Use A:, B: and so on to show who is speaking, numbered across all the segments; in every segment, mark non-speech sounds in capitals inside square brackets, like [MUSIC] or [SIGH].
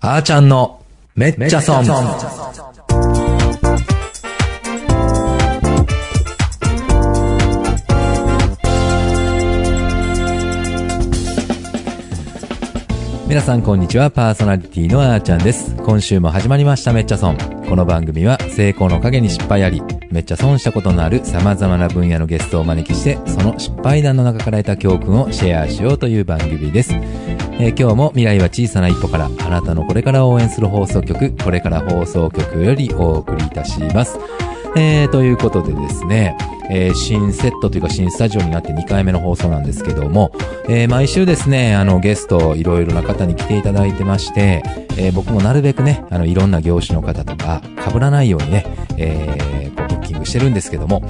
A: あーちゃんのめっちゃ損。皆さんこんにちは、パーソナリティのあーちゃんです。今週も始まりましためっちゃ損。この番組は成功の陰に失敗あり、めっちゃ損したことのある様々な分野のゲストをお招きして、その失敗談の中から得た教訓をシェアしようという番組です。えー今日も未来は小さな一歩から、あなたのこれから応援する放送局、これから放送局よりお送りいたします。えーということでですね、えー新セットというか新スタジオになって2回目の放送なんですけども、えー毎週ですね、あの、ゲスト、いろいろな方に来ていただいてまして、えー僕もなるべくね、あの、いろんな業種の方とか、被らないようにね、えーこう、ブッキングしてるんですけども、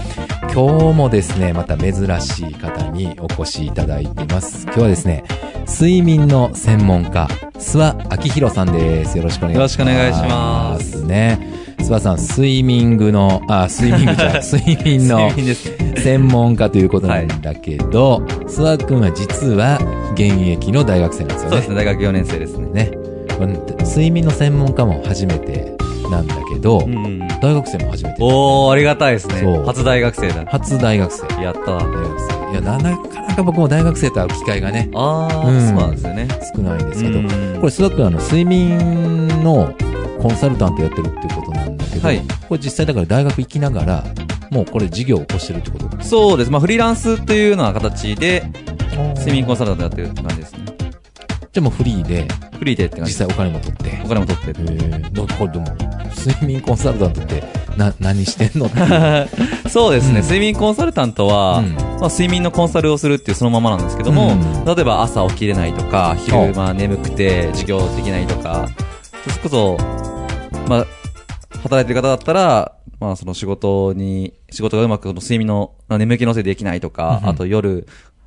A: 今日もですね、また珍しい方にお越しいただいてます。今日はですね、睡眠の専門家、諏訪明宏さんです。よろしくお願いします。
B: よろしくお願いします
A: ね。諏訪さん、睡眠具の、あ、睡眠具じゃ
B: [LAUGHS]
A: ない睡眠の
B: 睡眠ですね。
A: 専門家ということなんだけど、諏訪くんは実は現役の大学生なんですよ
B: [LAUGHS] そう
A: ね
B: です。ね、大学4年生ですね。
A: ねうん睡眠の専門家も初めてなんだけど、
B: うんうんうん。
A: 大学生も初めて。
B: おー、ありがたいですね
A: そう。
B: 初大学生だ。
A: 初大学生。
B: やった
A: 大
B: ー。
A: 学生。いや、ななかなか僕も大学生と会う機会がね、
B: あー、
A: うん
B: そうなんですよね。
A: 少ないんですけど、
B: うん
A: これ諏訪くんあの、睡眠のコンサルタントやってるっていうことなんだけど、
B: はい
A: これ実際だから大学行きながら、もうこれ事業を起こしてるってこと
B: そうです。まあ、フリーランスというような形で、睡眠コン
A: サル
B: サルタントやってるって感じですね。
A: じゃあもうフリーで、
B: フリーでって感
A: 実
B: じで
A: 際
B: す。
A: お金も取って
B: お。金も取って
A: えー、どこれでも睡眠コンサルタントってな [LAUGHS] 何してんのっていう、
B: る。そうですね、
A: うん
B: 睡眠コンサルタントは、
A: うん
B: まあ、睡眠のコンサルをするっていうそのままなんですけども、
A: うん
B: 例えば朝起きれないとか、
A: はい
B: 昼間眠くて授業できないとか、それこそ、まあ、働いてる方だったら、まあその仕事に、仕事がうまくその睡眠の、まあ眠気のせいでできないとか、
A: うんうん
B: あと夜、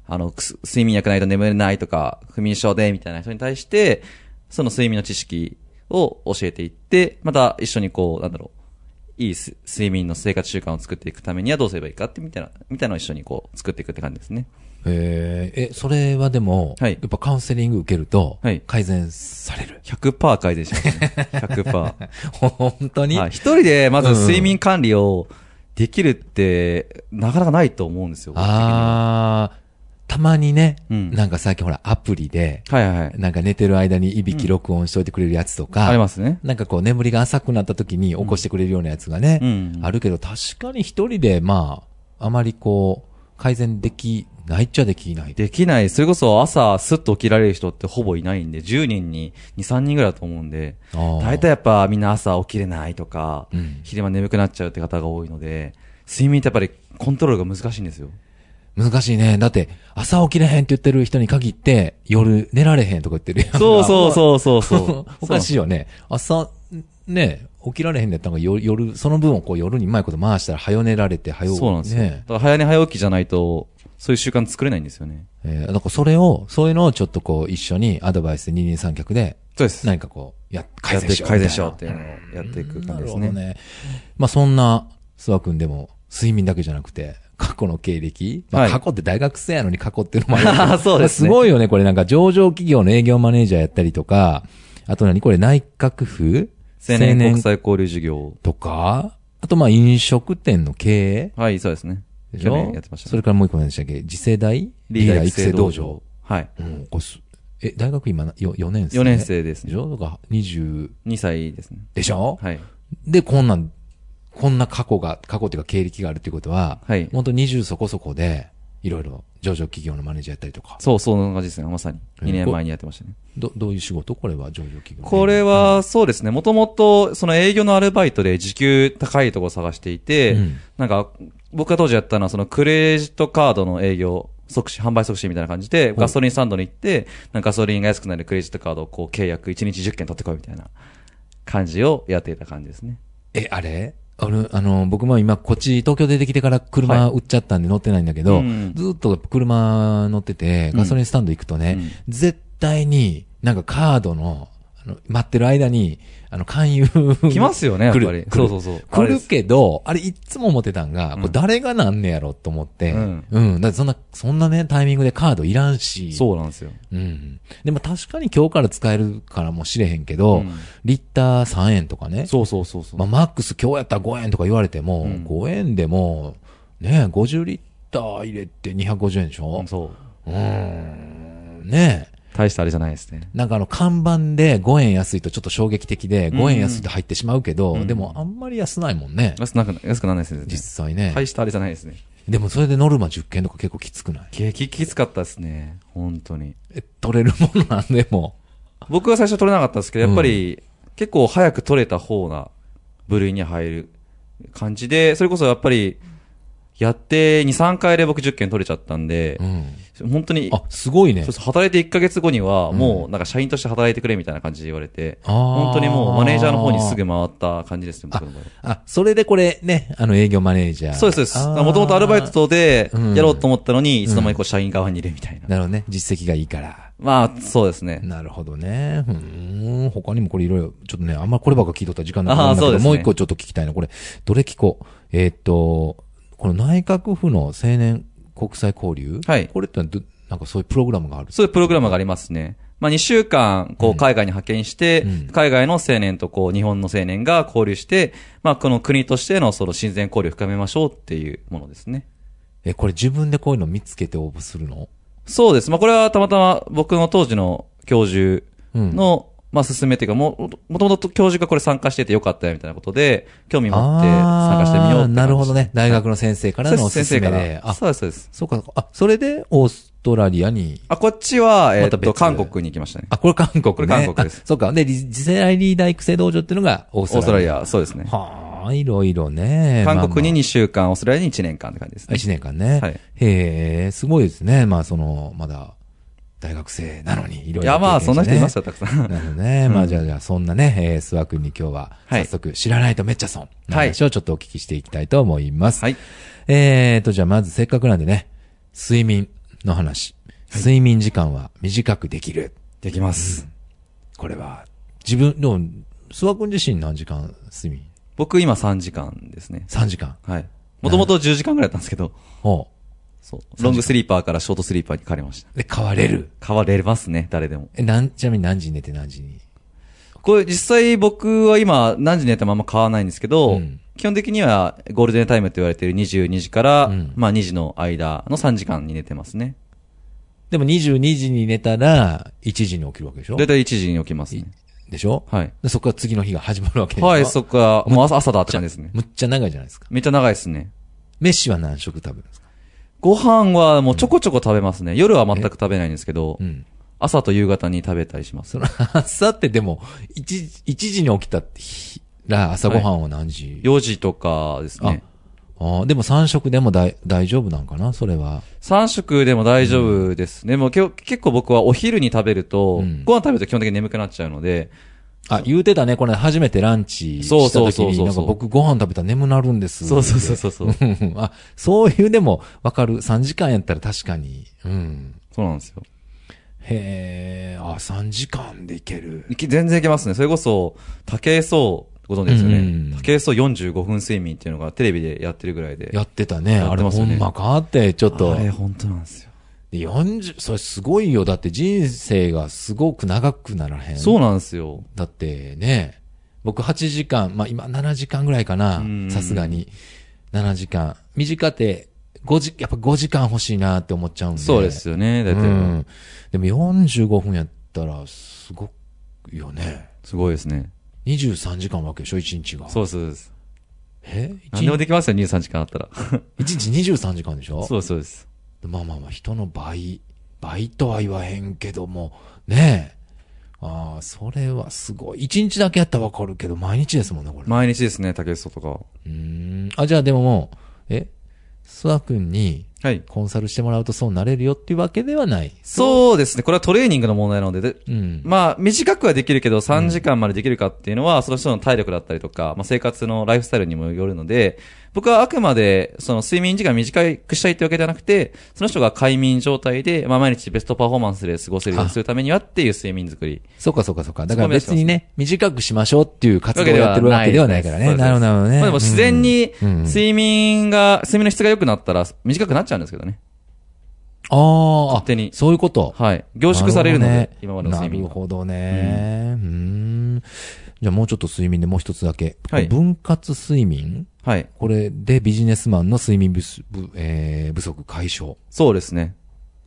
B: あの、くす睡眠薬ないと眠れないとか、不眠症で、みたいな人に対して、その睡眠の知識を教えていって、また一緒にこう、なんだろう、いいす睡眠の生活習慣を作っていくためにはどうすればいいかって、みたいな、みたいなのを一緒にこう、作っていくって感じです [LAUGHS] ね。
A: えーえ、それはでも、
B: はい
A: やっぱカウンセリング受けると
B: はい、
A: 改善される。 [LAUGHS]
B: 100%改善しますね。100%。
A: 本当に、
B: はい、一人でまず
A: うん
B: 睡眠管理をできるって、なかなかないと思うんですよ。
A: あー、たまにね、
B: うん
A: なんか最近ほら、アプリで、
B: はいはいはい。
A: なんか寝てる間にいびき録音しといてくれるやつとか、
B: ありますね。
A: なんかこう眠りが浅くなった時に起こしてくれるようなやつがね、
B: うん
A: あるけど確かに一人でまあ、あまりこう、改善できないっちゃできない。
B: できない。それこそ朝スッと起きられる人ってほぼいないんで、10人に2、3人ぐらいだと思うんで、
A: あー
B: 大体やっぱみんな朝起きれないとか、
A: うん
B: 昼間眠くなっちゃうって方が多いので、睡眠ってやっぱりコントロールが難しいん
A: [LAUGHS]
B: ですよ。
A: 難しいね。だって、朝起きれへんって言ってる人に限って、夜寝られへんとか言ってるやんか。
B: そうそうそうそうそう
A: [LAUGHS] 。おかしいよね。朝、ね、起きられへんのやったのが夜、夜、その分をこう夜にうまいこと回したら、早寝られて、早
B: そうなんですよ。
A: ね
B: だ。から早寝早起きじゃないと、そういう習慣作れないんですよね。
A: えー、だからそれを、そういうのをちょっとこう一緒にアドバイスで二人三脚で、
B: そうです。
A: 何かこう、や、
B: や
A: 改
B: って
A: 善
B: い
A: し
B: く
A: よう。
B: 改善しようっ
A: み
B: て
A: た
B: い
A: いな
B: うのをやっていく感じです
A: なるほど
B: ね。
A: ね。まあそんな、諏訪くんでも、睡眠だけじゃなくて、過去の経歴、ま
B: は
A: あ、
B: い
A: 過去って大学生やのに過去っていうのもあるけど
B: [LAUGHS] そうですね
A: まあすごいよね、これなんか上場企業の営業マネージャーやったりとか、あと何これ内閣府
B: 青年国際交流事業。
A: とか、あとまあ飲食店の経営
B: はい、そうですね。
A: でし
B: 去
A: ょ
B: 年やってました
A: そ
B: ね。
A: れからもう一個何でしたっけ次世代道。
B: はい。
A: 場。うん、これすえ、大学今なよ4年生
B: 4年生です
A: でし。
B: ね
A: ょとか20、
B: 2歳ですね。
A: でしょ
B: はい。
A: で、こんなん、こんな過去が、過去っていうか経歴があるっていうことは、
B: はい
A: 本当20そこそこで、いろいろ上場企業のマネージャーやったりとか。
B: そう、そんな感じですね。まさに。
A: え
B: 2年前にやってましたね。
A: ど、どういう仕事これは上場企業。
B: これは、そうですね。もともと、その営業のアルバイトで時給高いところを探していて、
A: うん
B: なんか、僕が当時やったのは、そのクレジットカードの営業、促進、販売促進みたいな感じで、ガソリンスタンドに行って、なんかガソリンが安くなるクレジットカードをこう契約1日10件取ってこいみたいな感じをやっていた感じですね。
A: え、あれあの、あの、僕も今、こっち、東京出てきてから車
B: は
A: 売っちゃったんで乗ってないんだけど、
B: うん
A: ずっと車乗ってて、ガソリンスタンド行くとね、絶対になんかカードの、あの、待ってる間に、あの、勧誘。
B: 来ますよね、やっぱ
A: 来
B: り
A: る。
B: そうそうそう。あ
A: 来
B: れで
A: る
B: す
A: けど、あれいっつも思ってたんが、
B: うん
A: これ誰がなんねやろと思って、う
B: うんん、
A: だってそんな、そんなね、タイミングでカードいらんし。
B: そうなんですよ。
A: う。ん。でも確かに今日から使えるからもしれへんけど、
B: うん
A: リッター3円とかね。
B: そうそうそうそう。
A: まあ、マックス今日やったら5円とか言われても、
B: うん
A: 5円でも、ね、50リッター入れて250円でしょ
B: うんそう。
A: うーん。ねえ。
B: 大したあれじゃないですね。
A: なんかあの、看板で5円安いとちょっと衝撃的で、
B: うん
A: 5円安いと入ってしまうけど、
B: うん
A: でもあんまり安ないもんね。
B: 安くなく安くならないですね。
A: 実際ね。
B: 大したあれじゃないですね。
A: でもそれでノルマ10件とか結構きつくない
B: 激きつかったですね。本当に。
A: え取れるものなんでも。
B: 僕は最初取れなかったんですけど、やっぱり、結構早く取れた方な部類に入る感じで、それこそやっぱり、やって2、3回で僕10件取れちゃったんで
A: う、ん。
B: 本当に、
A: あ、すごいね
B: そう。そう働いて1ヶ月後には、
A: うん
B: もうなんか社員として働いてくれみたいな感じで言われて、
A: あー
B: 本当にもうマネージャーの方にすぐ回った感じですね、
A: あ
B: 僕の場合は
A: あ、それでこれね、あの営業マネージャー。
B: そうです、そう
A: あ
B: で
A: ー
B: す。もともとアルバイトで
A: うん
B: やろうと思ったのに、いつの間にこう社員側にいるみたいな。
A: なるほどね。実績がいいから。
B: まあ、そうですね。
A: なるほどね。うーん。他にもこれいろいろ、ちょっとね、あんまこればっか聞いとったら時間なくなるんだけ
B: あーそう
A: ど、
B: ですね
A: もう一個ちょっと聞きたいな。これ、どれ聞こう。えーっと、この内閣府の青年国際交流
B: はい
A: これってのはど、なんかそういうプログラムがある。
B: そういうプログラムがありますね。まあ、2週間、こ
A: う
B: う、
A: ん
B: 海外に派遣して、
A: うん
B: 海外の青年と、こう、日本の青年が交流して、まあ、この国としての、その、親善交流を深めましょうっていうものですね。
A: え、これ自分でこういうの見つけて応募するの
B: そうです。まあ、これはたまたま、僕の当時の教授
A: うん。
B: の、まあ、進めというか、も、もともと教授がこれ参加しててよかったよみたいなことで、興味持って参加してみよう
A: あー
B: って感じ
A: なるほどね。大学の先生からのおすすめ
B: そう
A: で
B: で。す
A: あ、
B: そうです、そうです。
A: そうか、あ、それでオーストラリアに、
B: あ、こっちは、えっ、
A: また別
B: と、韓国に行きましたね。
A: あ、これ韓国ね。
B: これ韓国です
A: あそうか。で、リ次世代リーダー育成道場っていうのがオース
B: オー
A: ト
B: スト
A: ラ
B: ラ
A: リ
B: リ
A: ア。
B: ア、そうですね。
A: はあ、いろいろね。
B: 韓国
A: に
B: に2週間、オーストラリアに1年間って感じですね。
A: 1年間ね。
B: はい
A: へえ、すごいですね。まあ、その、まだ、大学生なのに、いろいろ。
B: いや、まあ、そんな人いますよ、たく
A: [LAUGHS]
B: さ。
A: なん
B: [LAUGHS]
A: るほどね。まあ、じゃあ、じゃあ、そんなね、えー、諏訪君に今日は、
B: は
A: 早
B: い
A: 速、知らないとめっちゃ損の話をちょっとお聞きしていきたいと思います。
B: はい。
A: えーと、じゃあ、まずせっかくなんでね、睡眠の話。睡眠時間は短くできる。
B: できます。
A: これは、自分、でも、諏訪君自身何時間睡眠
B: 僕、今3時間ですね。
A: ?3 時間。
B: はい。もともと10時間ぐらいだったんですけど、
A: ほ
B: そう。ロングスリーパーからショートスリーパーに変わりました。
A: う。で、変われる。
B: 変われますね、誰でも。
A: え、なん、ちなみに何時に寝て何時に
B: これ、実際僕は今、何時に寝てもあんま変わらないんですけ
A: う
B: ど、
A: ん
B: 基本的にはゴールデンタイムと言われている22時から、
A: うん
B: まあ2時の間の3時間に寝てますね。
A: でも22時に寝たら、1時に起きるわけでしょ
B: だいたい1時に起きますね。
A: でしょ
B: はい。
A: でそこから次の日が始まるわけでしょ
B: はい、そっか。もう朝朝だったんですね。
A: むっちゃ長いじゃないですか。
B: めっちゃ長いですね。
A: 飯は何食食べるんですか
B: ご飯はもうちょこちょこ食べますね。夜は全く食べないんですけど
A: う、ん。
B: 朝と夕方に食べたりします。
A: その朝ってでも、1時、一時に起きたって日ら、朝ごはんは何時、
B: 4時とかですね。
A: ああでも3食でも大大丈夫なんかなそれは。
B: 3食でも大丈夫ですね。もうけお結構僕はお昼に食べると、
A: うん
B: ご飯食べると基本的に眠くなっちゃうので、
A: あ、言うてたね。これ初めてランチした時に、
B: そうそうそうそう
A: なんか僕ご飯食べたら眠なるんです。
B: そうそうそうそう。
A: うんうんあ、そういうでもわかる。3時間やったら確かに。うん。
B: そうなんですよ。
A: へえ、あ、3時間でいける。
B: いけ全然いけますね。それこそ、竹荘、ご存知ですよ
A: うんうんう
B: ね
A: ん。
B: 竹荘45分睡眠っていうのがテレビでやってるぐらいで。
A: やってたね。
B: や
A: あ
B: って
A: れ
B: ます
A: ほ
B: よね
A: んまかって、ちょっと
B: あ。れ本当なんですよ。
A: で40、それすごいよ。だって人生がすごく長くならへん。
B: そうなんですよ。
A: だってね、僕8時間、まあ今7時間ぐらいかな
B: う。ん
A: さすがに。7時間。短て、5時、やっぱ5時間欲しいなって思っちゃうんで。
B: そうで。すよね。だ
A: う
B: いたい
A: ん。でも45分やったら、すごくよね。
B: すごいですね。
A: 23時間わけでしょ、1日が。
B: そうですそうです。
A: え
B: 何でも
A: ?1
B: できますよ、23時間あったら。
A: 日23時間でしょ
B: そうですそうです。
A: まあまあまあ、人の倍、倍とは言わへんけども、ねえ。ああ、それはすごい。一日だけやったらわかるけど、毎日ですもんね、これ。う
B: 毎日ですね、竹磯とかは。
A: ーん。あ、じゃあでももう、え、諏訪君に
B: はい。
A: コンサルしてもらうとそうなれるよっていうわけではない。
B: そうですね。これはトレーニングの問題なので、で
A: うん。
B: まあ、短くはできるけど、3時間までできるかっていうのは、その人の体力だったりとか、まあ、生活のライフスタイルにもよるので、僕はあくまで、その睡眠時間短くしたいってわけじゃなくて、その人が快眠状態で、まあ毎日ベストパフォーマンスで過ごせるようにするためにはっていう睡眠作り。
A: そうかそうかそうか。だか
B: そこ
A: ら
B: は目指し
A: 別
B: ます
A: にね、短くしましょうっていう活動をやってるわけではないからね。
B: そうです
A: なるほどなるほどね。
B: まあでも自然に
A: うんうん
B: 睡眠が、睡眠の質が良くなったら短くなっちゃうんですけどね。
A: ああ、
B: 勝手に
A: そういうこと。
B: はい。凝縮されるので、
A: な
B: 今までの睡眠
A: な
B: が
A: る。ほどね。うーん。じゃあもうちょっと睡眠でもう一つだけ。
B: はい
A: 分割睡眠
B: はい。
A: これでビジネスマンの睡眠不足,、えー不足解消。
B: そうですね。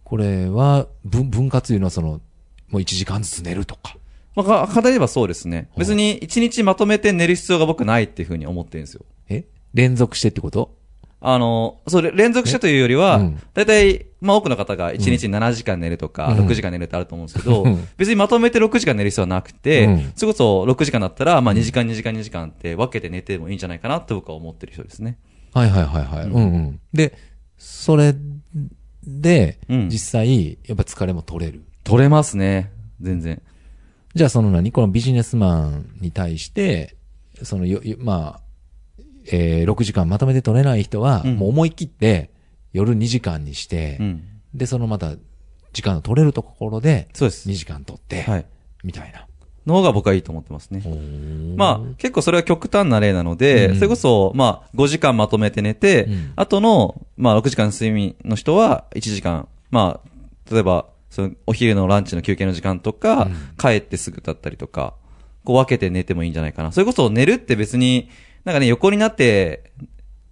A: これは、分、分割いうのはその、もう1時間ずつ寝るとか。
B: まあ、か課題ではそうですね。別に一日まとめて寝る必要が僕ないっていうふうに思ってるんですよ。
A: え連続してってこと
B: あの、そう、れ連続してというよりは
A: うん、
B: 大体、まあ多くの方が1日7時間寝るとか、
A: うん
B: 6時間寝るってあると思うんですけど
A: うん、
B: 別にまとめて6時間寝る必要はなくて
A: うん、
B: それこそ6時間だったら、まあ2時間2時間2時間って分けて寝てもいいんじゃないかなって僕は思ってる人ですね。
A: はいはいはいはい。う
B: うんん
A: うん。で、それで、
B: うん
A: 実際、やっぱ疲れも取れる。
B: 取れますね。全然。
A: じゃあその何このビジネスマンに対して、そのよ、よまあ、えー6時間まとめて取れない人は、
B: うん
A: もう思い切って、夜2時間にして、
B: うん。
A: で、そのまた、時間の取れるところで、
B: そうです
A: 2。時間取って、
B: はい。
A: みたいな。
B: の方が僕はいいと思ってますね。まあ、結構それは極端な例なので、
A: うん
B: それこそ、まあ、5時間まとめて寝て、
A: うん
B: 後の、まあ、6時間睡眠の人は、1時間、まあ、例えば、その、お昼のランチの休憩の時間と
A: う
B: か、
A: ん
B: 帰ってすぐだったりとか、こう分けて寝てもいいんじゃないかな。それこそ寝るって別に、なんかね、横になって、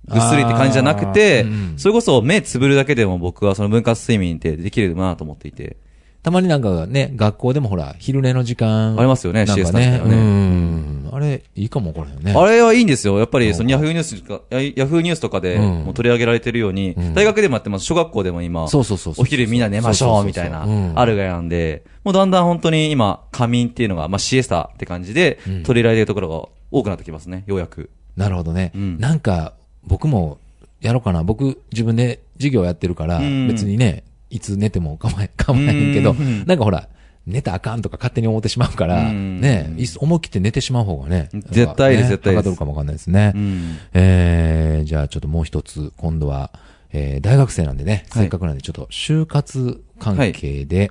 B: ぐっすりって感じじゃなくて、
A: あーうん
B: それこそ目つぶるだけでも僕はその分割睡眠ってできるなと思っていて。
A: たまになんかね、学校でもほら、昼寝の時間。
B: ありますよね
A: なんか
B: CS なん
A: ね。
B: か
A: う
B: ね
A: ん。あれ、いいかも、これね。
B: あれはいいんですよ。やっぱり、そ
A: うん
B: のヤフーニュースとか、ヤヤフーニュースとかで
A: うん
B: もう取り上げられてるように、
A: うん
B: 大学でもやってます。小学校でも今、
A: そうそうそうそう。
B: お昼みんな寝ましょうみたい
A: そ
B: な
A: うそうそうそうう、ん
B: あるがやなんで、もうだんだん本当に今、仮眠っていうのが、まあシエスタって感じで
A: うん
B: 取り入れられてるところが多くなってきますね、ようやく。
A: なるほどね。
B: うん
A: なんか、僕も、やろうかな。僕、自分で授業やってるから、
B: うん
A: 別にね、いつ寝ても [LAUGHS] 構え、構えへんけど、
B: うん
A: なんかほら、寝たらあかんとか勝手に思ってしまうから、
B: うん
A: ね、いっそ思い切って寝てしまう方がね。
B: 絶対です
A: ね
B: 絶対です
A: はかどるかもわかんないですね。
B: うん。
A: えー、じゃあちょっともう一つ、今度は、えー、大学生なんでね、
B: はい
A: せっかくなんでちょっと就活関係で、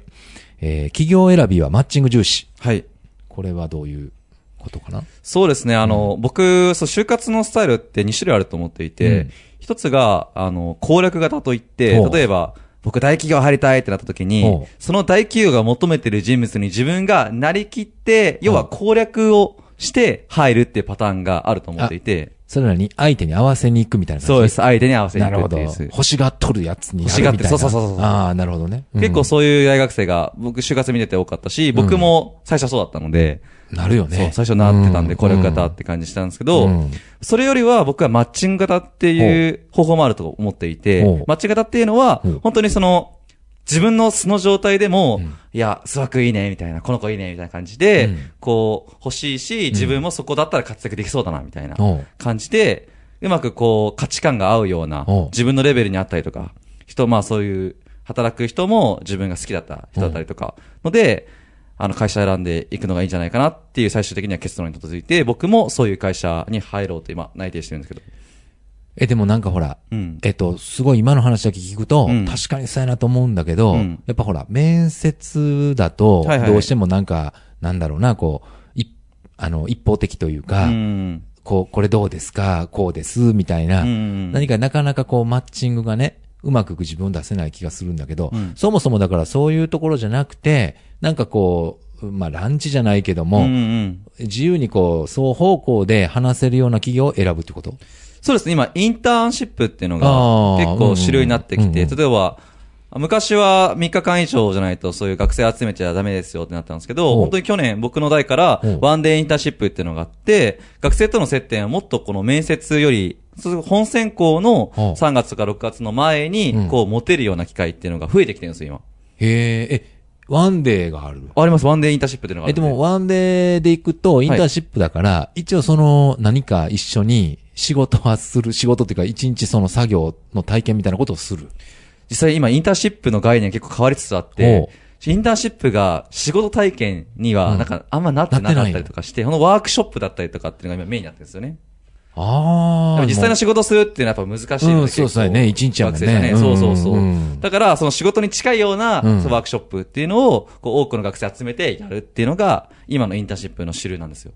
A: えー、企業選びはマッチング重視。
B: はい。
A: これはどういうことかな
B: そうですね、あの、僕、そう、就活のスタイルって2種類あると思ってい
A: うん
B: て、一、つが、あの、攻略型といって
A: ほう、
B: 例えば、僕大企業入りたいってなった時
A: ほ
B: に
A: う、
B: その大企業が求めてる人物に自分がなりきって、要は攻略をして入るっていうパターンがあると思っていて、
A: それらに相手に合わせに行くみたいな感じ
B: そうです、相手に合わせに
A: なるほ
B: 行くって
A: ど
B: いうやつ。。
A: 欲しがっとるやつになるみたいな。
B: 欲しがってるそうそうそうそうそう
A: ああ、なるほどね。うん
B: 結構そういう大学生が、僕、就活見てて多かったし、僕も最初はそうだったので、
A: なるよね。
B: そう、最初なってたんで、攻略型ってて感じしたんですけど、それよりは僕はマッチング型っていう方法もあると思ってい
A: ほう
B: て、マッチング型っていうのは
A: ほう、
B: 本当にその、自分の素の状態でも、
A: うん
B: いや、スワくいいね、みたいな、この子いいね、みたいな感じで、
A: うん
B: こう、欲しいし、自分もそこだったら活躍できそうだな、みたいな
A: おう
B: 感じで、うまくこう、価値観が合うような
A: おう、
B: 自分のレベルにあったりとか、人、まあそういう、働く人も自分が好きだった人だったりとか、ので、あの会社選んでいくのがいいんじゃないかなっていう最終的には結論に基づいて、僕もそういう会社に入ろうと今内定してるんですけど。
A: え、でもなんかほら、
B: うん。
A: えっと、すごい今の話だけ聞くと、
B: うん
A: 確かにそうやなと思うんだけど、
B: うん
A: やっぱほら、面接だと
B: はい、はい
A: どうしてもなんか、なんだろうな、こう、い、あの、一方的というか、
B: うん。
A: こう、これどうですか、こうです、みたいな、
B: うん
A: 何かなかなかこう、マッチングがね、うまく自分を出せない気がするんだけど、
B: うん
A: そもそもだからそういうところじゃなくて、なんかこう、まあ、ランチじゃないけども、
B: うんうん
A: 自由にこう、双方向で話せるような企業を選ぶってこと
B: そうですね、今、インターンシップっていうの
A: あー
B: が結構主流になってきて、
A: うんうん
B: 例えば、昔は3日間以上じゃないとそういう学生集めちゃダメですよってなったんですけど、
A: おう
B: 本当に去年僕の代から
A: おう
B: ワンデーインターンシップっていうのがあって、学生との接点はもっとこの面接より、そう本選考の
A: おう
B: 3月とか6月の前
A: うん
B: に、こう持てるような機会っていうのが増えてきてるんですよ、今。
A: へえ、え、ワンデーがある
B: あります、ワンデーインターンシップっていうのがあ
A: え、
B: るん
A: でも、ワンデーで行くと、インターンシップだから、一応その、何か一緒に仕事はする、仕事っていうか、一日その作業の体験みたいなことをする。
B: 実際今インターンシップの概念結構変わりつつあっ
A: おう
B: て、インターンシップが仕事体験に
A: う
B: は
A: ん
B: なんかあんまなってなかったりとかして、このワークショップだったりとかっていうのが今メインになってるんですよね。
A: ああ。
B: でも実際の仕事するっていうのはやっぱ難しいので
A: うん
B: 結構
A: そうですね一日やもんね
B: 学生じゃ
A: うん
B: そうそうそう。
A: うん
B: だから、その仕事に近いような、
A: うん
B: そのワークショップっていうのを、こう、多くの学生集めてやるっていうのが、今のインターンシップの主流なんですよ。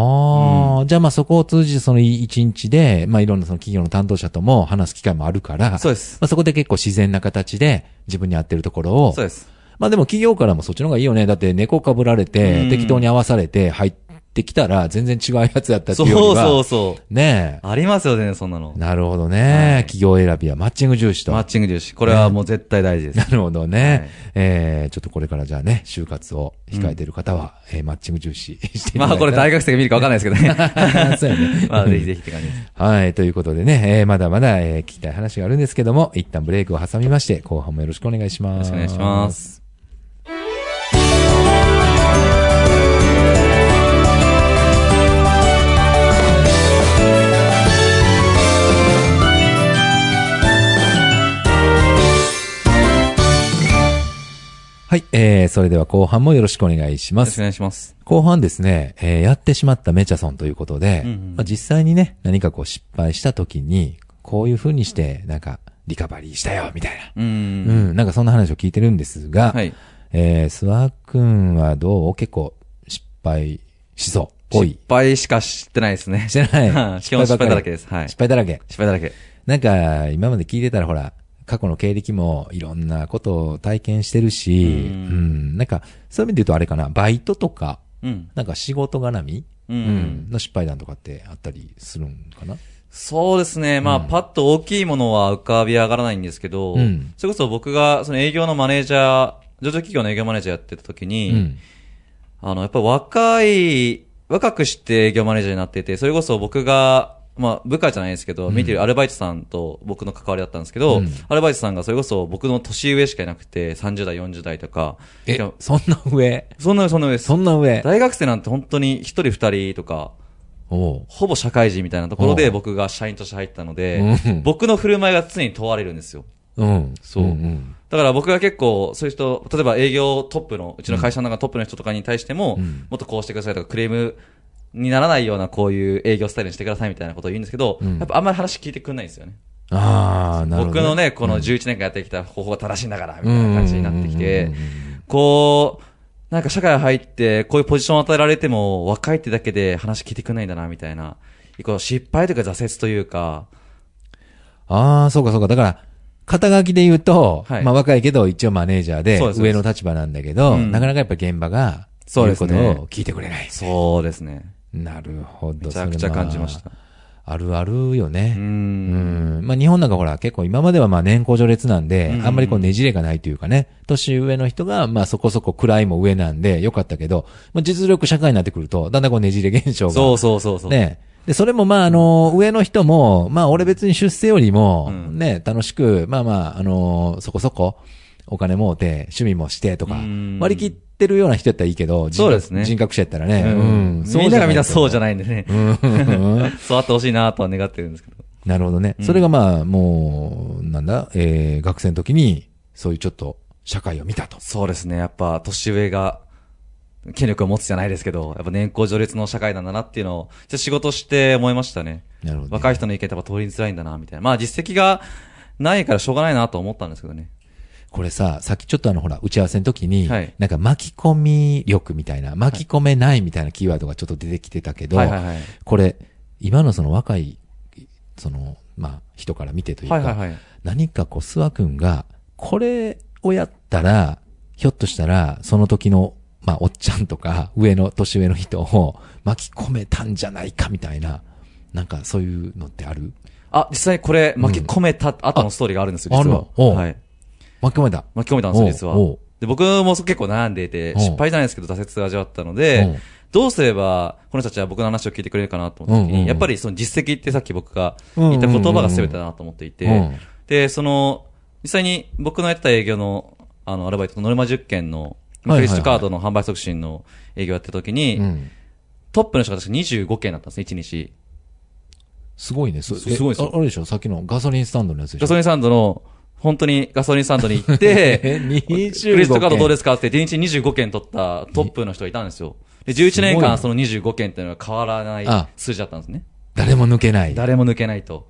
A: ああ、じゃあまあそこを通じてその一日で、まあいろんなその企業の担当者とも話す機会もあるから、
B: そうです
A: まあそこで結構自然な形で自分に合ってるところを
B: そう、です。
A: まあでも企業からもそっちの方がいいよね。だって猫かぶられ
B: う
A: て、
B: ん
A: 適当に合わされて入ってきたら全然違うやつやったって
B: そ
A: いううよりは。
B: そうそう。
A: ね
B: ありますよね、そんなの
A: え。。なるほどね。
B: はい
A: 企業選びはマッチング重視と。
B: マッ
A: な
B: チング重視。これはもう絶対大事です。
A: るほどね。
B: はい
A: えー、ちょっとこれからじゃあね、就活を控えてる方は、えーマッチング重視していただいたら
B: まあ、これ大学生が見るかわかんないですけど
A: [LAUGHS]
B: ね。
A: そうやね。
B: [LAUGHS] まあ、ぜひぜひって感じです。
A: はい。ということでね、えーまだまだ、えー聞きたい話があるんですけども、一旦ブレイクを挟みまして、後半もよろしくお願いします。
B: よろしくお願いしま。す。
A: はい。えー、それでは後半もよろしくお願いし
B: よ
A: ま
B: ろしくお
A: す。
B: 願いします。
A: 後半ですね、えーやってしまったメチャソンということで、
B: うんうん
A: まあ、実際にね、何かこう失敗した時に、こういう風にして、なんか、リカバリーしたよ、みたいな。う
B: う。
A: んん、なんかそんな話を聞いてるんですが、
B: はい。
A: えー、諏訪くんはどう結構失敗しそう。多い
B: 失。敗しかして [LAUGHS] ないです
A: [LAUGHS]
B: ね。
A: してない。
B: 基本失敗だら
A: で
B: けです。はい。
A: 失敗だらけ。
B: 失敗だらけ。
A: なんか、今まで聞いてたらほら、過去の経歴もいろんなことを体験してるし、う
B: うん
A: ん、なんか、そういう意味で言うとあれかな、バイトとか、
B: うん。
A: なんか仕事絡み、
B: う
A: うん
B: ん。
A: の失敗談とかってあったりするんかな
B: そうですね。まあ、パッと大きいものは浮かび上がらないんですけど、
A: うん
B: それこそ僕が、その営業のマネージャー、上場企業の営業マネージャーやってた時
A: う
B: に、
A: ん。
B: あの、やっぱ若い、若くして営業マネージャーになっていて、それこそ僕が、まあ、部下じゃないですけど、見てるアルバイトさんと僕の関わりだったんですけど、
A: うん
B: アルバイトさんがそれこそ僕の年上しかいなくて、30代、40代とか。い
A: え
B: や、
A: そんな上
B: そんな、そんな上です。
A: そんな上
B: 大学生なんて本当に一人二人とか、
A: おう
B: ほぼ社会人みたいなところ
A: お
B: で
A: う
B: 僕が社員として入ったので、
A: うん
B: 僕の振る舞いが常に問われるんですよ。
A: うん。
B: そうん
A: ん
B: だから僕が結構、そういう人、例えば営業トップの、うちの会社の中のトップの人とかに対しても、
A: うん
B: もっとこうしてくださいとか、クレームにならないようなこういう営業スタイルにしてくださいみたいなことを言うんですけど、
A: うん
B: やっぱあんまり話聞いてくんないんですよね。
A: ああ、なるほど。
B: 僕のね、この11年間やってきた方法が正しいんだから、みたいな感じになってき
A: うん
B: て
A: うんうんうん、
B: こう、なんか社会入って、こういうポジションを与えられても、若いってだけで話聞いてくんないんだな、みたいな。こう失敗というか挫折というか、
A: ああ、そうかそうか。だから、肩書きで言うと、
B: はい
A: まあ若いけど一応マネージャーで
B: そうです
A: 上の立場なんだけど、
B: うん
A: なかなかやっぱ現場が、
B: そう
A: い
B: で
A: うこ
B: す
A: と
B: ね
A: を聞いてくれない。
B: そうですね。
A: なるほど。
B: めちゃくちゃ感じました
A: それは。あるあるよね。
B: う。
A: うんんまあ、日本なんかほら、結構今まではまあ年功序列なんで、
B: うん
A: あんまりこうねじれがないというかね、年上の人がまあそこそこ位も上なんでよかったけど、まあ、実力社会になってくると、だんだんこうねじれ現象が。
B: そうそうそうそう。
A: ね。で、それもまああの、上の人も、まあ俺別に出世よりも
B: う、ん
A: ね、楽しく、まあまあ、あの、そこそこ、お金もうて、趣味もしてとか
B: うん、
A: 割り切ってるような人やったらいいけど、人
B: そう
A: 格
B: ですね
A: 人格者やったらね、
B: うん。みんながみんなそうじゃ
A: ない
B: ないんでね。
A: と思う。うん
B: [LAUGHS] そうあってほしいなとは願ってるんですけど。
A: なるほどね。それがまあ、もう、なんだ、えー学生の時に、そういうちょっと、社会を見たと。
B: そうですね。やっぱ、年上が、権力を持つじゃないですけど、やっぱ年功序列の社会なんだなっていうのを、じゃあ仕事して思いましたね。
A: なるほどね、
B: 若い人の意見ってやっぱ通りづらいんだな、みたいな。まあ実績がないからしょうがないなと思ったんですけどね。
A: これさ、さっきちょっとあの、ほら、打ち合わせの時に、
B: はい
A: なんか巻き込み力みたいな、巻き込めないみたいなキーワードがちょっと出てきてたけど、
B: はいはいはい。
A: これ、今のその若い、その、まあ、人から見てというか、
B: はいはいはい。
A: 何かこう、諏訪くんが、これをやったら、ひょっとしたら、その時の、まあ、おっちゃんとか、上の、年上の人を巻き込めたんじゃないかみたいな、なんかそういうのってある
B: あ、実際これ巻き込めた後のストーリーがあるんですよ、
A: あ
B: 実
A: ある
B: は
A: の。おう
B: はい。
A: 巻き込めた。
B: 巻き込めたんですよ、実は
A: おうおう。
B: で、僕も結構悩んでいて、
A: おう
B: 失敗じゃないですけど挫折を味わったの
A: おう
B: で、どうすれば、この人たちは僕の話を聞いてくれるかなと思った時
A: うんうんうん
B: に、やっぱりその実績ってさっき僕が言った言葉が全てだなと思っていて、で、その、実際に僕のやってた営業の、あの、アルバイトのノルマ10件の、
A: はいはいはい
B: クレジットカードの販売促進の営業やってた時
A: う
B: に、
A: ん。
B: トップの人が確か25件だったんですね、1日。
A: すごいね。そ
B: そうすごいです
A: え
B: よ
A: ああれでしょさっきのガソリンスタンドのやつでし
B: ガ
A: ょ
B: ソリンスタンドの、本当にガソリンスタンドに行って、
A: [LAUGHS] え、25
B: クレジットカードどうですすかって1日25件取ったトップの人がいたんですよ。で、11年
A: すごいな
B: 間その25件っていうのは変わらない
A: あ
B: 数字だったんですね。
A: 誰も抜けない。
B: 誰も抜けないと。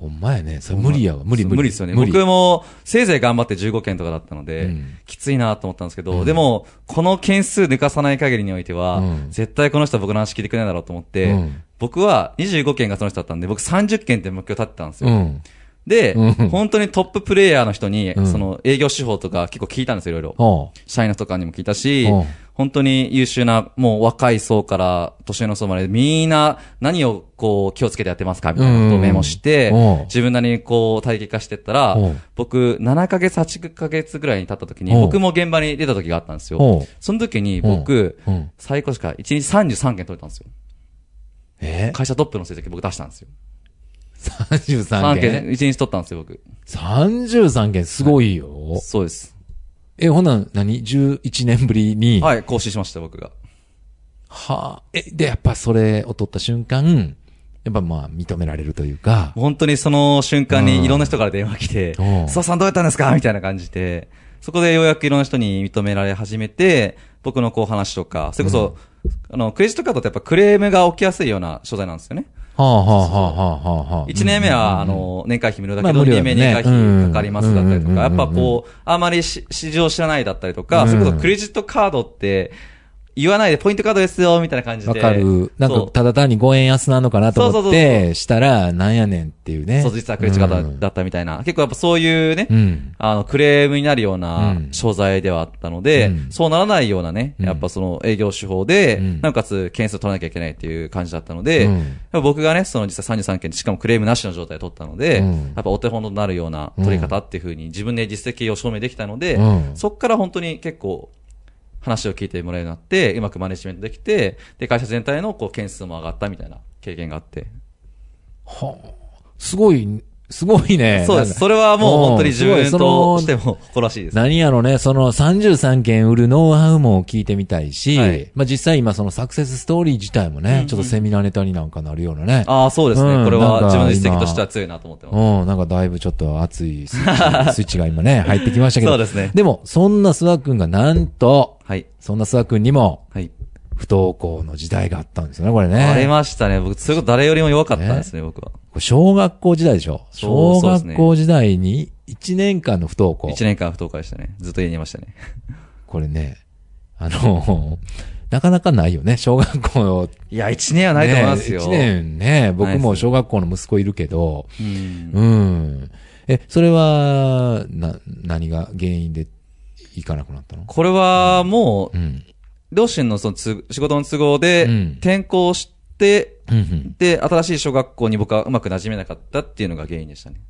A: ほんまやね。それ無理やわ。無理無理。
B: 無理ですよね。
A: 無理。
B: 僕も、せいぜい頑張って15件とかだったので、
A: うん
B: きついなと思ったんですけど、
A: うん
B: でも、この件数抜かさない限りにおいては、
A: うん
B: 絶対この人は僕の話聞いてくれないだろうと思って、
A: うん
B: 僕は25件がその人だったんで、僕30件って目標立ってたんです
A: う
B: よ。
A: ん。
B: で、
A: うん
B: 本当にトッププレイヤーの人に、
A: うん
B: その営業手法とか結構聞いたんですよ、いろいろ。
A: おう
B: 社員の人とかにも聞いたし
A: うん、
B: 本当に優秀な、もう若い層から年上の層まで、みんな何をこう気をつけてやってますかみたいなことをメモして、
A: うんうん
B: 自分なりにこう体系化してったら
A: うん、
B: 僕7ヶ月、8ヶ月ぐらいに経った時に、
A: うん
B: 僕も現場に出た時があったんですよ。
A: おう
B: その時に僕
A: うんうん、
B: 最高しか1日33件取れたんですよ。
A: え
B: 会社トップの成績僕出したんですよ。
A: ?33
B: 3
A: 件
B: 件、1日取ったんですよ、僕。
A: ?33 件すごいよ。
B: そうです。
A: え、ほんなん何 ?11 年ぶりに。
B: はい、更新しました、僕が。
A: はあ。え、で、やっぱそれを取った瞬間、やっぱまあ認められるというか。
B: 本当にその瞬間
A: うん
B: にいろんな人から電話来て、
A: うん
B: 諏訪さんどうやったんですかみたいな感じで、そこでようやくいろんな人に認められ始めて、僕のこう話とか、それこそ、あの、クレジットカードってやっぱクレームが起きやすいような所在なんですよね。
A: はあはあはあはあはあ。
B: 1年目は、あの、年会費無料だけ
A: ま
B: ど、
A: あ無料だ
B: 2
A: も
B: 年目
A: んね
B: 年会費かかりますだったりと
A: うん
B: か、やっぱこう、あまりし市場知らないだったりと
A: う
B: か、
A: ん
B: それこそクレジットカードって、言わないでポイントカードですよ、みたいな感じ
A: わ
B: で。
A: かる。なん
B: そ
A: か、
B: う
A: ただ単に5円安なのかなと
B: そ
A: 思っ
B: うそうそう
A: て、したら、なんやねんっていうね。
B: そう、実はクレジットカードだったみたいな。結構やっぱそういうね、
A: うん
B: あの、クレームになるような
A: うん
B: 商材ではあったので、
A: うん
B: そうならないようなね、
A: うん
B: やっぱその営業手法で、
A: うん
B: なおかつ件数取らなきゃいけないっていう感じだったので、
A: うん
B: やっぱ僕がね、その実際33件でしかもクレームなしの状態で取ったので、
A: うん
B: やっぱお手本となるような取り方っていうふうに自分で実績を証明できたので、
A: うん
B: そっから本当に結構、話を聞いてもらえるようになって、うまくマネジメントできて、で、会社全体のこう件数も上がったみたいな経験があって。
A: はあすごい、すごいね。
B: そう
A: な
B: で
A: ん
B: す。
A: か
B: それはもう本当に自
A: うん
B: 分
A: すご
B: と
A: い
B: しても誇らしいです。
A: 何やろね、その33件売るノウハウも聞いてみたいし、
B: はい
A: まあ実際今そのサクセスストーリー自体もね、ちょっとセミナーネタになんかなるようなね。
B: ああ、そうです
A: うん
B: ね。これ
A: なん
B: は
A: か
B: 自分の実績としては強いなと思ってます。
A: うん、なんかだいぶちょっと熱いスイッ
B: [LAUGHS]
A: チスイッチが今ね、入ってきましたけど。
B: そうですね
A: でも、そんな諏訪くんがなんと、
B: はい。
A: そんな諏訪くんにも、
B: はい。
A: 不登校の時代があったんですよね、これね。
B: ありましたね。僕、それこそ誰よりも弱かったんですね、僕は。
A: これ小学校時代でしょ
B: そ
A: 小
B: うそうです
A: 学
B: ね
A: 校時代に1年間の不登校。
B: 1年間不登校でしたね。ずっと家にいましたね。
A: これね、あの、なかなかないよね、小学校。
B: いや、1年はないと思いますよ。
A: ね、1年ね、僕も小学校の息子いるけど、
B: うん。
A: うん。え、それは、な、何が原因で行かなくなったの
B: これはもう
A: う、ん。
B: 両親のそのつ仕事の都合
A: う
B: で
A: ん
B: 転校して、
A: うんうん
B: で、新しい小学校に僕はうまく馴染めなかったっていうのが原因でしたね。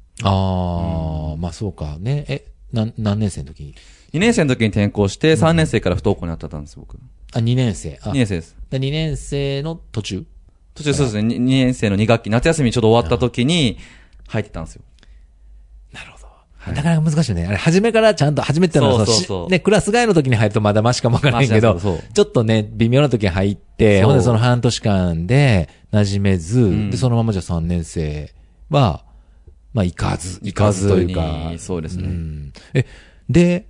A: ああ、まあそうかね。え、なん、何年生の時
B: 2年生の時に転校して、3年生から不登校になっちゃったんです、僕。
A: あ、2年生。あ、
B: 2年生です。
A: 2年生の途中
B: 途中そうですね、2年生の2学期、夏休みちょうど終わった時に入ってたんですよ。
A: なるほど。なかなか難しいよね。あれ、初めからちゃんと、初めての、
B: そうそう
A: そのし
B: そう
A: ね、クラス外の時に入るとまだマシかもわからないけど、
B: マシなんですけど
A: ちょっとね、微妙な時に入って、
B: そう
A: ほんでその半年間で馴染めず、
B: ん
A: で、そのままじゃ3年生は、まあ、行かず、行かずという
B: 行か
A: か
B: ずに。そうですね
A: んえ、で、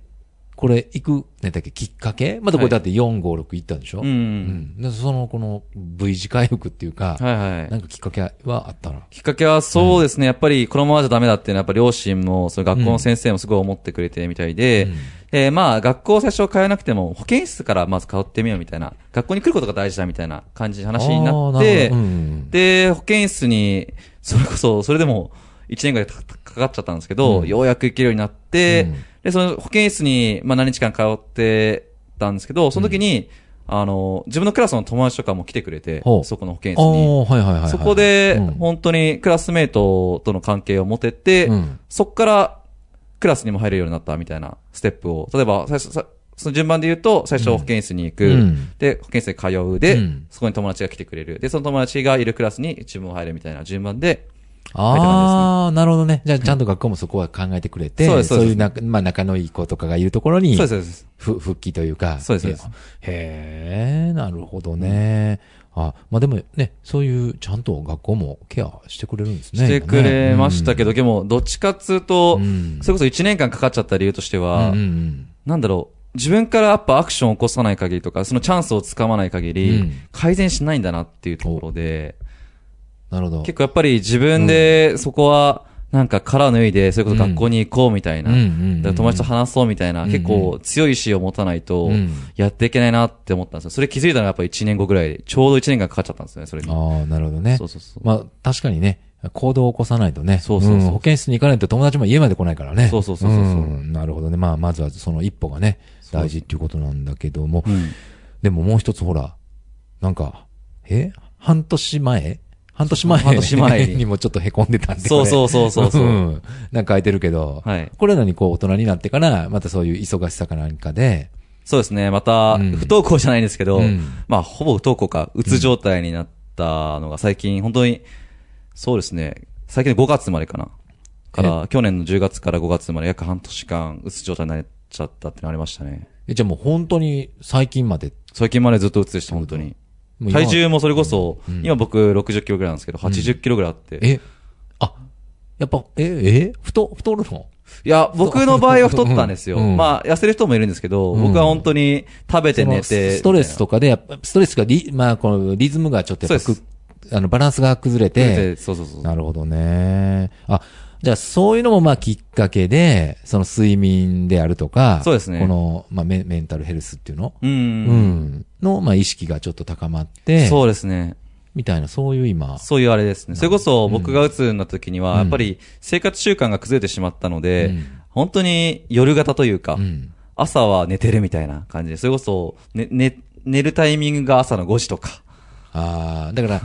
A: これ、行く、ね、だっけ、きっかけまたこれ
B: はい
A: だって4、5、6行ったんでしょ
B: うん。
A: うん。で、その、この V 字回復っていうか、
B: はいはい。
A: なんかきっかけはあったの
B: きっかけはそうですね、やっぱりこのままじゃダメだっていうのは、やっぱ両親も、その学校の先生もすごい思ってくれてみたいで、えーまあ学校最初通えなくても保健室からまず通ってみようみたいな、学校に来ることが大事だみたいな感じの話になっ
A: あーなる
B: て
A: ほど、うんうん
B: で、保健室に、それこそ、それでも1年ぐらいかかかっちゃったんですけど、
A: うん
B: ようやく行けるようになって、
A: うん
B: で、その保健室に、まあ何日間通ってたんですけど、その時に、あの、自分のクラスの友達とかも来てくれて
A: ほう、
B: そこの保健室
A: あ
B: に。
A: あ、はいはいはいはい。
B: そこで、
A: うん
B: 本当にクラスメイトとの関係を持てて、
A: うん
B: そっからクラスにも入れるようになったみたいなステップを、例えば、最初、さその順番で言うと、最初保健室に行く、
A: うん
B: で、保健室に通うで、
A: うん
B: そこに友達が来てくれる、で、その友達がいるクラスに自分も入るみたいな順番で、
A: ああ、なるほどね。じゃあ、ちゃんと学校もそこは考えてくれて、
B: そうですそうです
A: いうな、まあ、仲のいい子とかがいるところに、
B: そうです、そうです。
A: ふ復帰というか。
B: そうですそうです
A: へえ、なるほどね。あ、まあでもね、そういう、ちゃんと学校もケアしてくれるんですね。
B: してくれましたけど、でも、どっちかっつうと、
A: うん
B: それこそ1年間かかっちゃった理由として
A: 今
B: は、
A: ね。うんうん
B: なんだろう、自分からやっぱアクションを起こさない限りとか、そのチャンスをつかまない限り、
A: うん
B: 改善しないんだなっていうところで、
A: うんなるほど。
B: 結構やっぱり自分でそこは、なんか殻脱いで、それこそ学校に行こうみたいな。
A: うんうんうんうん
B: だから友達と話そうみたいな、
A: うんうん
B: 結構強い意志を持たないと
A: うん、
B: やっていけないなって思ったんですよ。それ気づいたのがやっぱり1年後ぐらいで、ちょうど1年間かかっちゃったんですよね、それに。
A: ああ、なるほどね
B: そう。そうそう。
A: まあ、確かにね、行動を起こさないとね。
B: そうそうそうん
A: 保健室に行かないと友達も家まで来ないからね。
B: そうそうそうそうそうん
A: なるほどね。まあ、まずはその一歩がね、
B: そう
A: 大事っていうことなんだけども
B: う。ん。
A: でももう一つほら、なんか、え半年前半年前
B: 半年前
A: [LAUGHS]
B: に
A: にもちょっと凹んでたんで。
B: そうそううそうそうそう。
A: ん。なんか空いてるけど。
B: はい。
A: これなにこう大人になってから、またそういう忙しさかなんかで。
B: そうですね。また、
A: うん
B: 不登校じゃないんですけど、
A: うん
B: まあ、ほぼ不登校か、うつ状態になったのが最近、本当に、そうですね。最近の5月までかな。から、去年の10月から5月まで約半年間、うつ状態になっちゃったってのありましたね。
A: え、じゃあもう本当に最近まで。
B: 最近までずっとうつでした、本当に。
A: もう今
B: 体重もそれこそ、今僕60キロぐらいなんですけど、80キロぐらいあって。い
A: えあ、やっぱ、え、え太、太るの
B: や、僕の場合は太ったんですよ。
A: うん
B: まあ、痩せる人もいるんですけど、
A: うん
B: 僕は本当に食べて
A: その
B: 寝て。
A: ストレス
B: と
A: とかで、やっぱ、ストレスがリ、まあ、このリズムがちょっとやっぱ
B: そうで
A: くあの、バランスが崩れて、
B: そうそうそう。
A: なるほどね。あ、じゃあそういうのもまあきっかけで、その睡眠であるとか、
B: そうですね
A: この、まあメメンタルヘルスっていうの、
B: う
A: うん
B: ん。
A: の、まあ意識がちょっと高まって、
B: そうですね。
A: みたいな、そういう今、
B: そういうあれですね。それこそ僕が鬱になった時には、やっぱり生活習慣が崩れてしまったので、
A: うん
B: 本当に夜型というか、
A: うん。
B: 朝は寝てるみたいな感じで、それこそ、ね、ね、寝るタイミングが朝の5時とか、
A: ああ、だから、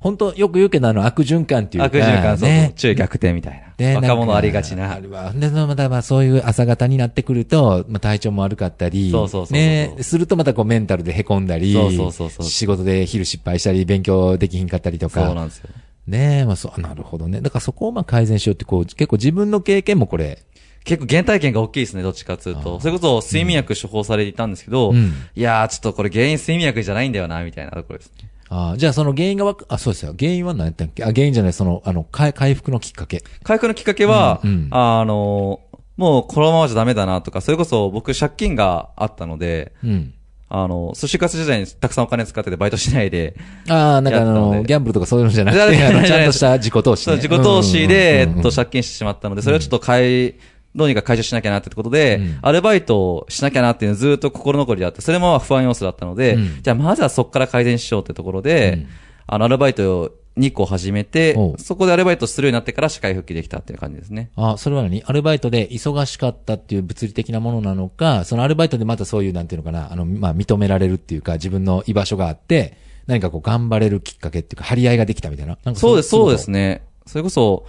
A: 本当よく言うけど、あの、悪循環っていうか、
B: 悪循環、そうそう
A: ね、
B: 昼夜逆転みたいな。
A: で
B: 若
A: なん
B: 者
A: か
B: ありがちな。
A: あるわ。で、またまあそういう朝方になってくると、まあ、体調も悪かったり、
B: そうそうそうそう
A: ね、するとまたこうメンタルで凹んだり、
B: そうそうそうそう
A: 仕事で昼失敗したり、勉強できひんかったりと
B: そう
A: か、
B: なんですよ。
A: ねまあそう、なるほどね。だからそこをまあ改善しようって、こう、結構自分の経験もこれ、
B: 結構原体験が大きいですね、どっちかっていうと。それこそ睡眠薬処方されていたんですけど、
A: うん
B: いやー、ちょっとこれ原因睡眠薬じゃないんだよな、みたいなところですね。
A: あーじゃあその原因がわか、あ、そうですよ。原因は何やったっけあ、原因じゃない、その、あの、回回復のきっかけ。
B: 回復のきっかけは、
A: うんうん
B: あの、もうこのままじゃダメだなとか、それこそ僕借金があったので、
A: うん。
B: あの、寿司活時代にたくさんお金使っててバイトしないで、
A: ああ、なんかあ
B: やったの
A: の、
B: で
A: ギャンブルとかそういうのじゃなく
B: じゃ
A: て、
B: な
A: あ
B: い
A: のちゃんとした自己投資、
B: そう
A: ね。
B: 自己投資で、
A: うんうんうんうん
B: えっと、借金してしまったので、それをちょっと買い、どうにか解消しなきゃなってことで、
A: うん
B: アルバイトをしなきゃなっていうのずっと心残りだった。それも不安要素だったので、
A: うん
B: じゃあまずはそこから改善しようってところで、
A: うん
B: あの、アルバイトを2個始めて
A: おう、
B: そこでアルバイトするようになってから社会復帰できたっていう感じですね。
A: あ、それは何アルバイトで忙しかったっていう物理的なものなのか、そのアルバイトでまたそういう、なんていうのかな、あの、まあ、認められるっていうか、自分の居場所があって、何かこう、頑張れるきっかけっていうか、張り合いができたみたいな。なんか
B: そうです、そうです
A: ね。
B: ね。それこそ、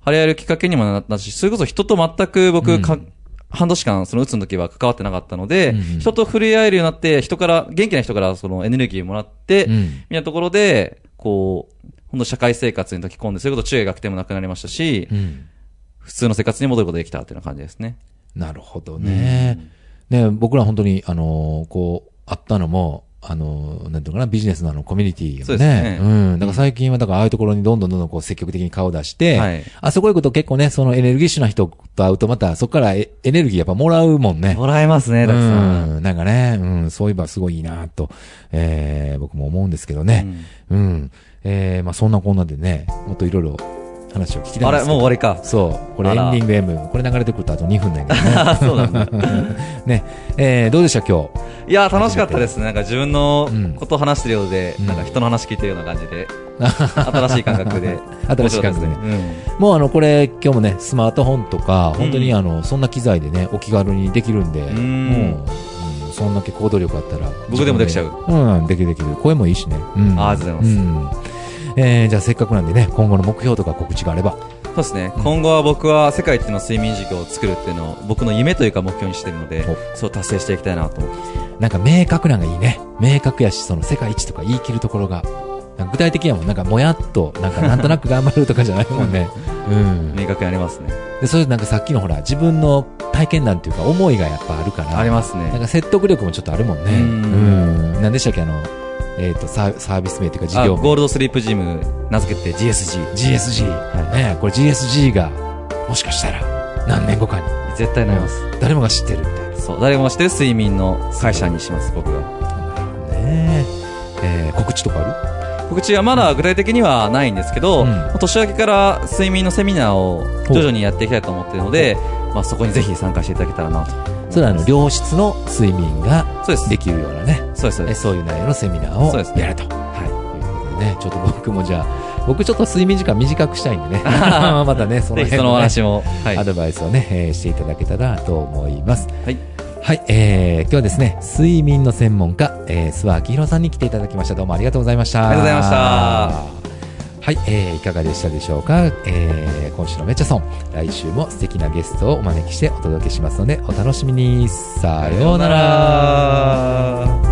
B: 張り合えるきっかけにもなったし、それこそ人と全く僕か、半年間、その打つの時は関わってなかったので、
A: うんうん
B: 人と触れ合えるようになって、人から、元気な人からそのエネルギーもらって、
A: う
B: み
A: ん。
B: たいなところで、こう、ほんと社会生活に溶き込んで、そういうこと中学でもなくなりましたし、
A: うん。
B: 普通の生活に戻ることができたっていうような感じですね。
A: なるほどね。ね、僕ら本当に、あのーこう、あったのも、あのーなんていうのかな、ビジネスのあの、コミュニティ
B: そ
A: よ
B: うです
A: ね
B: ね。
A: うん。だから最近は、だからああいうところにどんどんどんどんこう、積極的に顔を出して、
B: はい
A: あそこ行くと結構ね、そのエネルギッシュな人と会うと、またそこからエエネルギーやっぱもらうもんね。
B: もらえますね、たくさん。
A: うん、なんかね、うん、そういえばすごいいいなと、えー僕も思うんですけどね。うん。えーまあそんなこんなでね、もっといろいろ話を聞きたいんで
B: あれ、
A: すけど。
B: もう終わ
A: [LAUGHS]
B: りか。
A: そう、これエ
B: あ
A: ンデ
B: ら
A: ィング M。これ流れてくるとあと2分なんやけど
B: [LAUGHS]
A: ね。
B: あそうなんだ。
A: ね、えーどうでした今日。 [LAUGHS]
B: いや、楽しかったですね。なんか自分のことを話してるようで、
A: うん
B: なんか人の話聞いてるような感じで、新しい感覚で。
A: [LAUGHS] 新しい感覚で
B: 面白かったすね。
A: もうあの、これ今日もね、スマートフォンとか、本当に
B: うん
A: あの、そんな機材でね、お気軽にできるんで、
B: ん
A: もう、うん、そんだけ行動力あったら。
B: 僕でもできちゃう
A: うん、できるできる。声もいいしね。うん。
B: ありがとうご
A: ます。
B: ざい
A: うん。えーじゃあせっかくなんでね、今後の目標とか告知があれば。
B: うん。そうですね。今後は僕は世界一の睡眠事業を作るっていうのを僕の夢というか目標にしてるので
A: お、
B: そう達成していきたいなと思ってます。
A: なんか明確なんがいいね。明確やし、その世界一とか言い切るところが。なんか具体的やもん。なんかもやっと、なんかなんとなく頑張るとかじゃないもんね。うん。
B: 明確にありますね。
A: で、そういうなんかさっきのほら、自分の体験談っていうか思いがやっぱあるから。
B: あります
A: なん
B: ね。
A: か説得力もちょっとあるもんね。
B: うん
A: うん。なんでしたっけあの、えっ、とサー、サービス名というか事
B: あ、
A: 業名。
B: ゴールドスリープジム、名付けて GSG。
A: GSG。ねこれ GSG が、もしかしたら、何年後かに、
B: 絶対なります。
A: 誰もが知ってるみたい
B: そう。誰もが知ってる睡眠の会社にします、僕が。
A: な。ねえ。えー告知とかある
B: 告知はまだ具体的にはないんですけど、
A: うん
B: 年明けから睡眠のセミナーを徐々にやっていきたいと思っているので、まあ、そこにぜひ参加していただけたらなと
A: それはあの良質の睡眠が
B: そうです
A: できるようなね
B: そうですそう
A: え
B: です
A: そういう内容のセミナ
B: そうで
A: ー
B: す
A: を
B: ね
A: やるという
B: は
A: ことでねちょっと僕もじゃあ僕ちょっと睡眠時間短くしたいんで
B: [LAUGHS]
A: ね [LAUGHS] またねそ
B: い
A: の
B: ぜ
A: 辺
B: ひそのお
A: の、ね
B: 話も、はい
A: アドバイスをね、えーしていただけたらと思います
B: はい
A: はい、えー、今日はですね睡眠の専門家、えー、諏訪明宏さんに来ていただきましたどうもありがとうございました
B: ありがとうござい
A: はい、えー、いかがでしたでしょうか、えー、今週のめちゃソン来週も素敵なゲストをお招きしてお届けしますのでお楽しみにさようなら
B: さようなら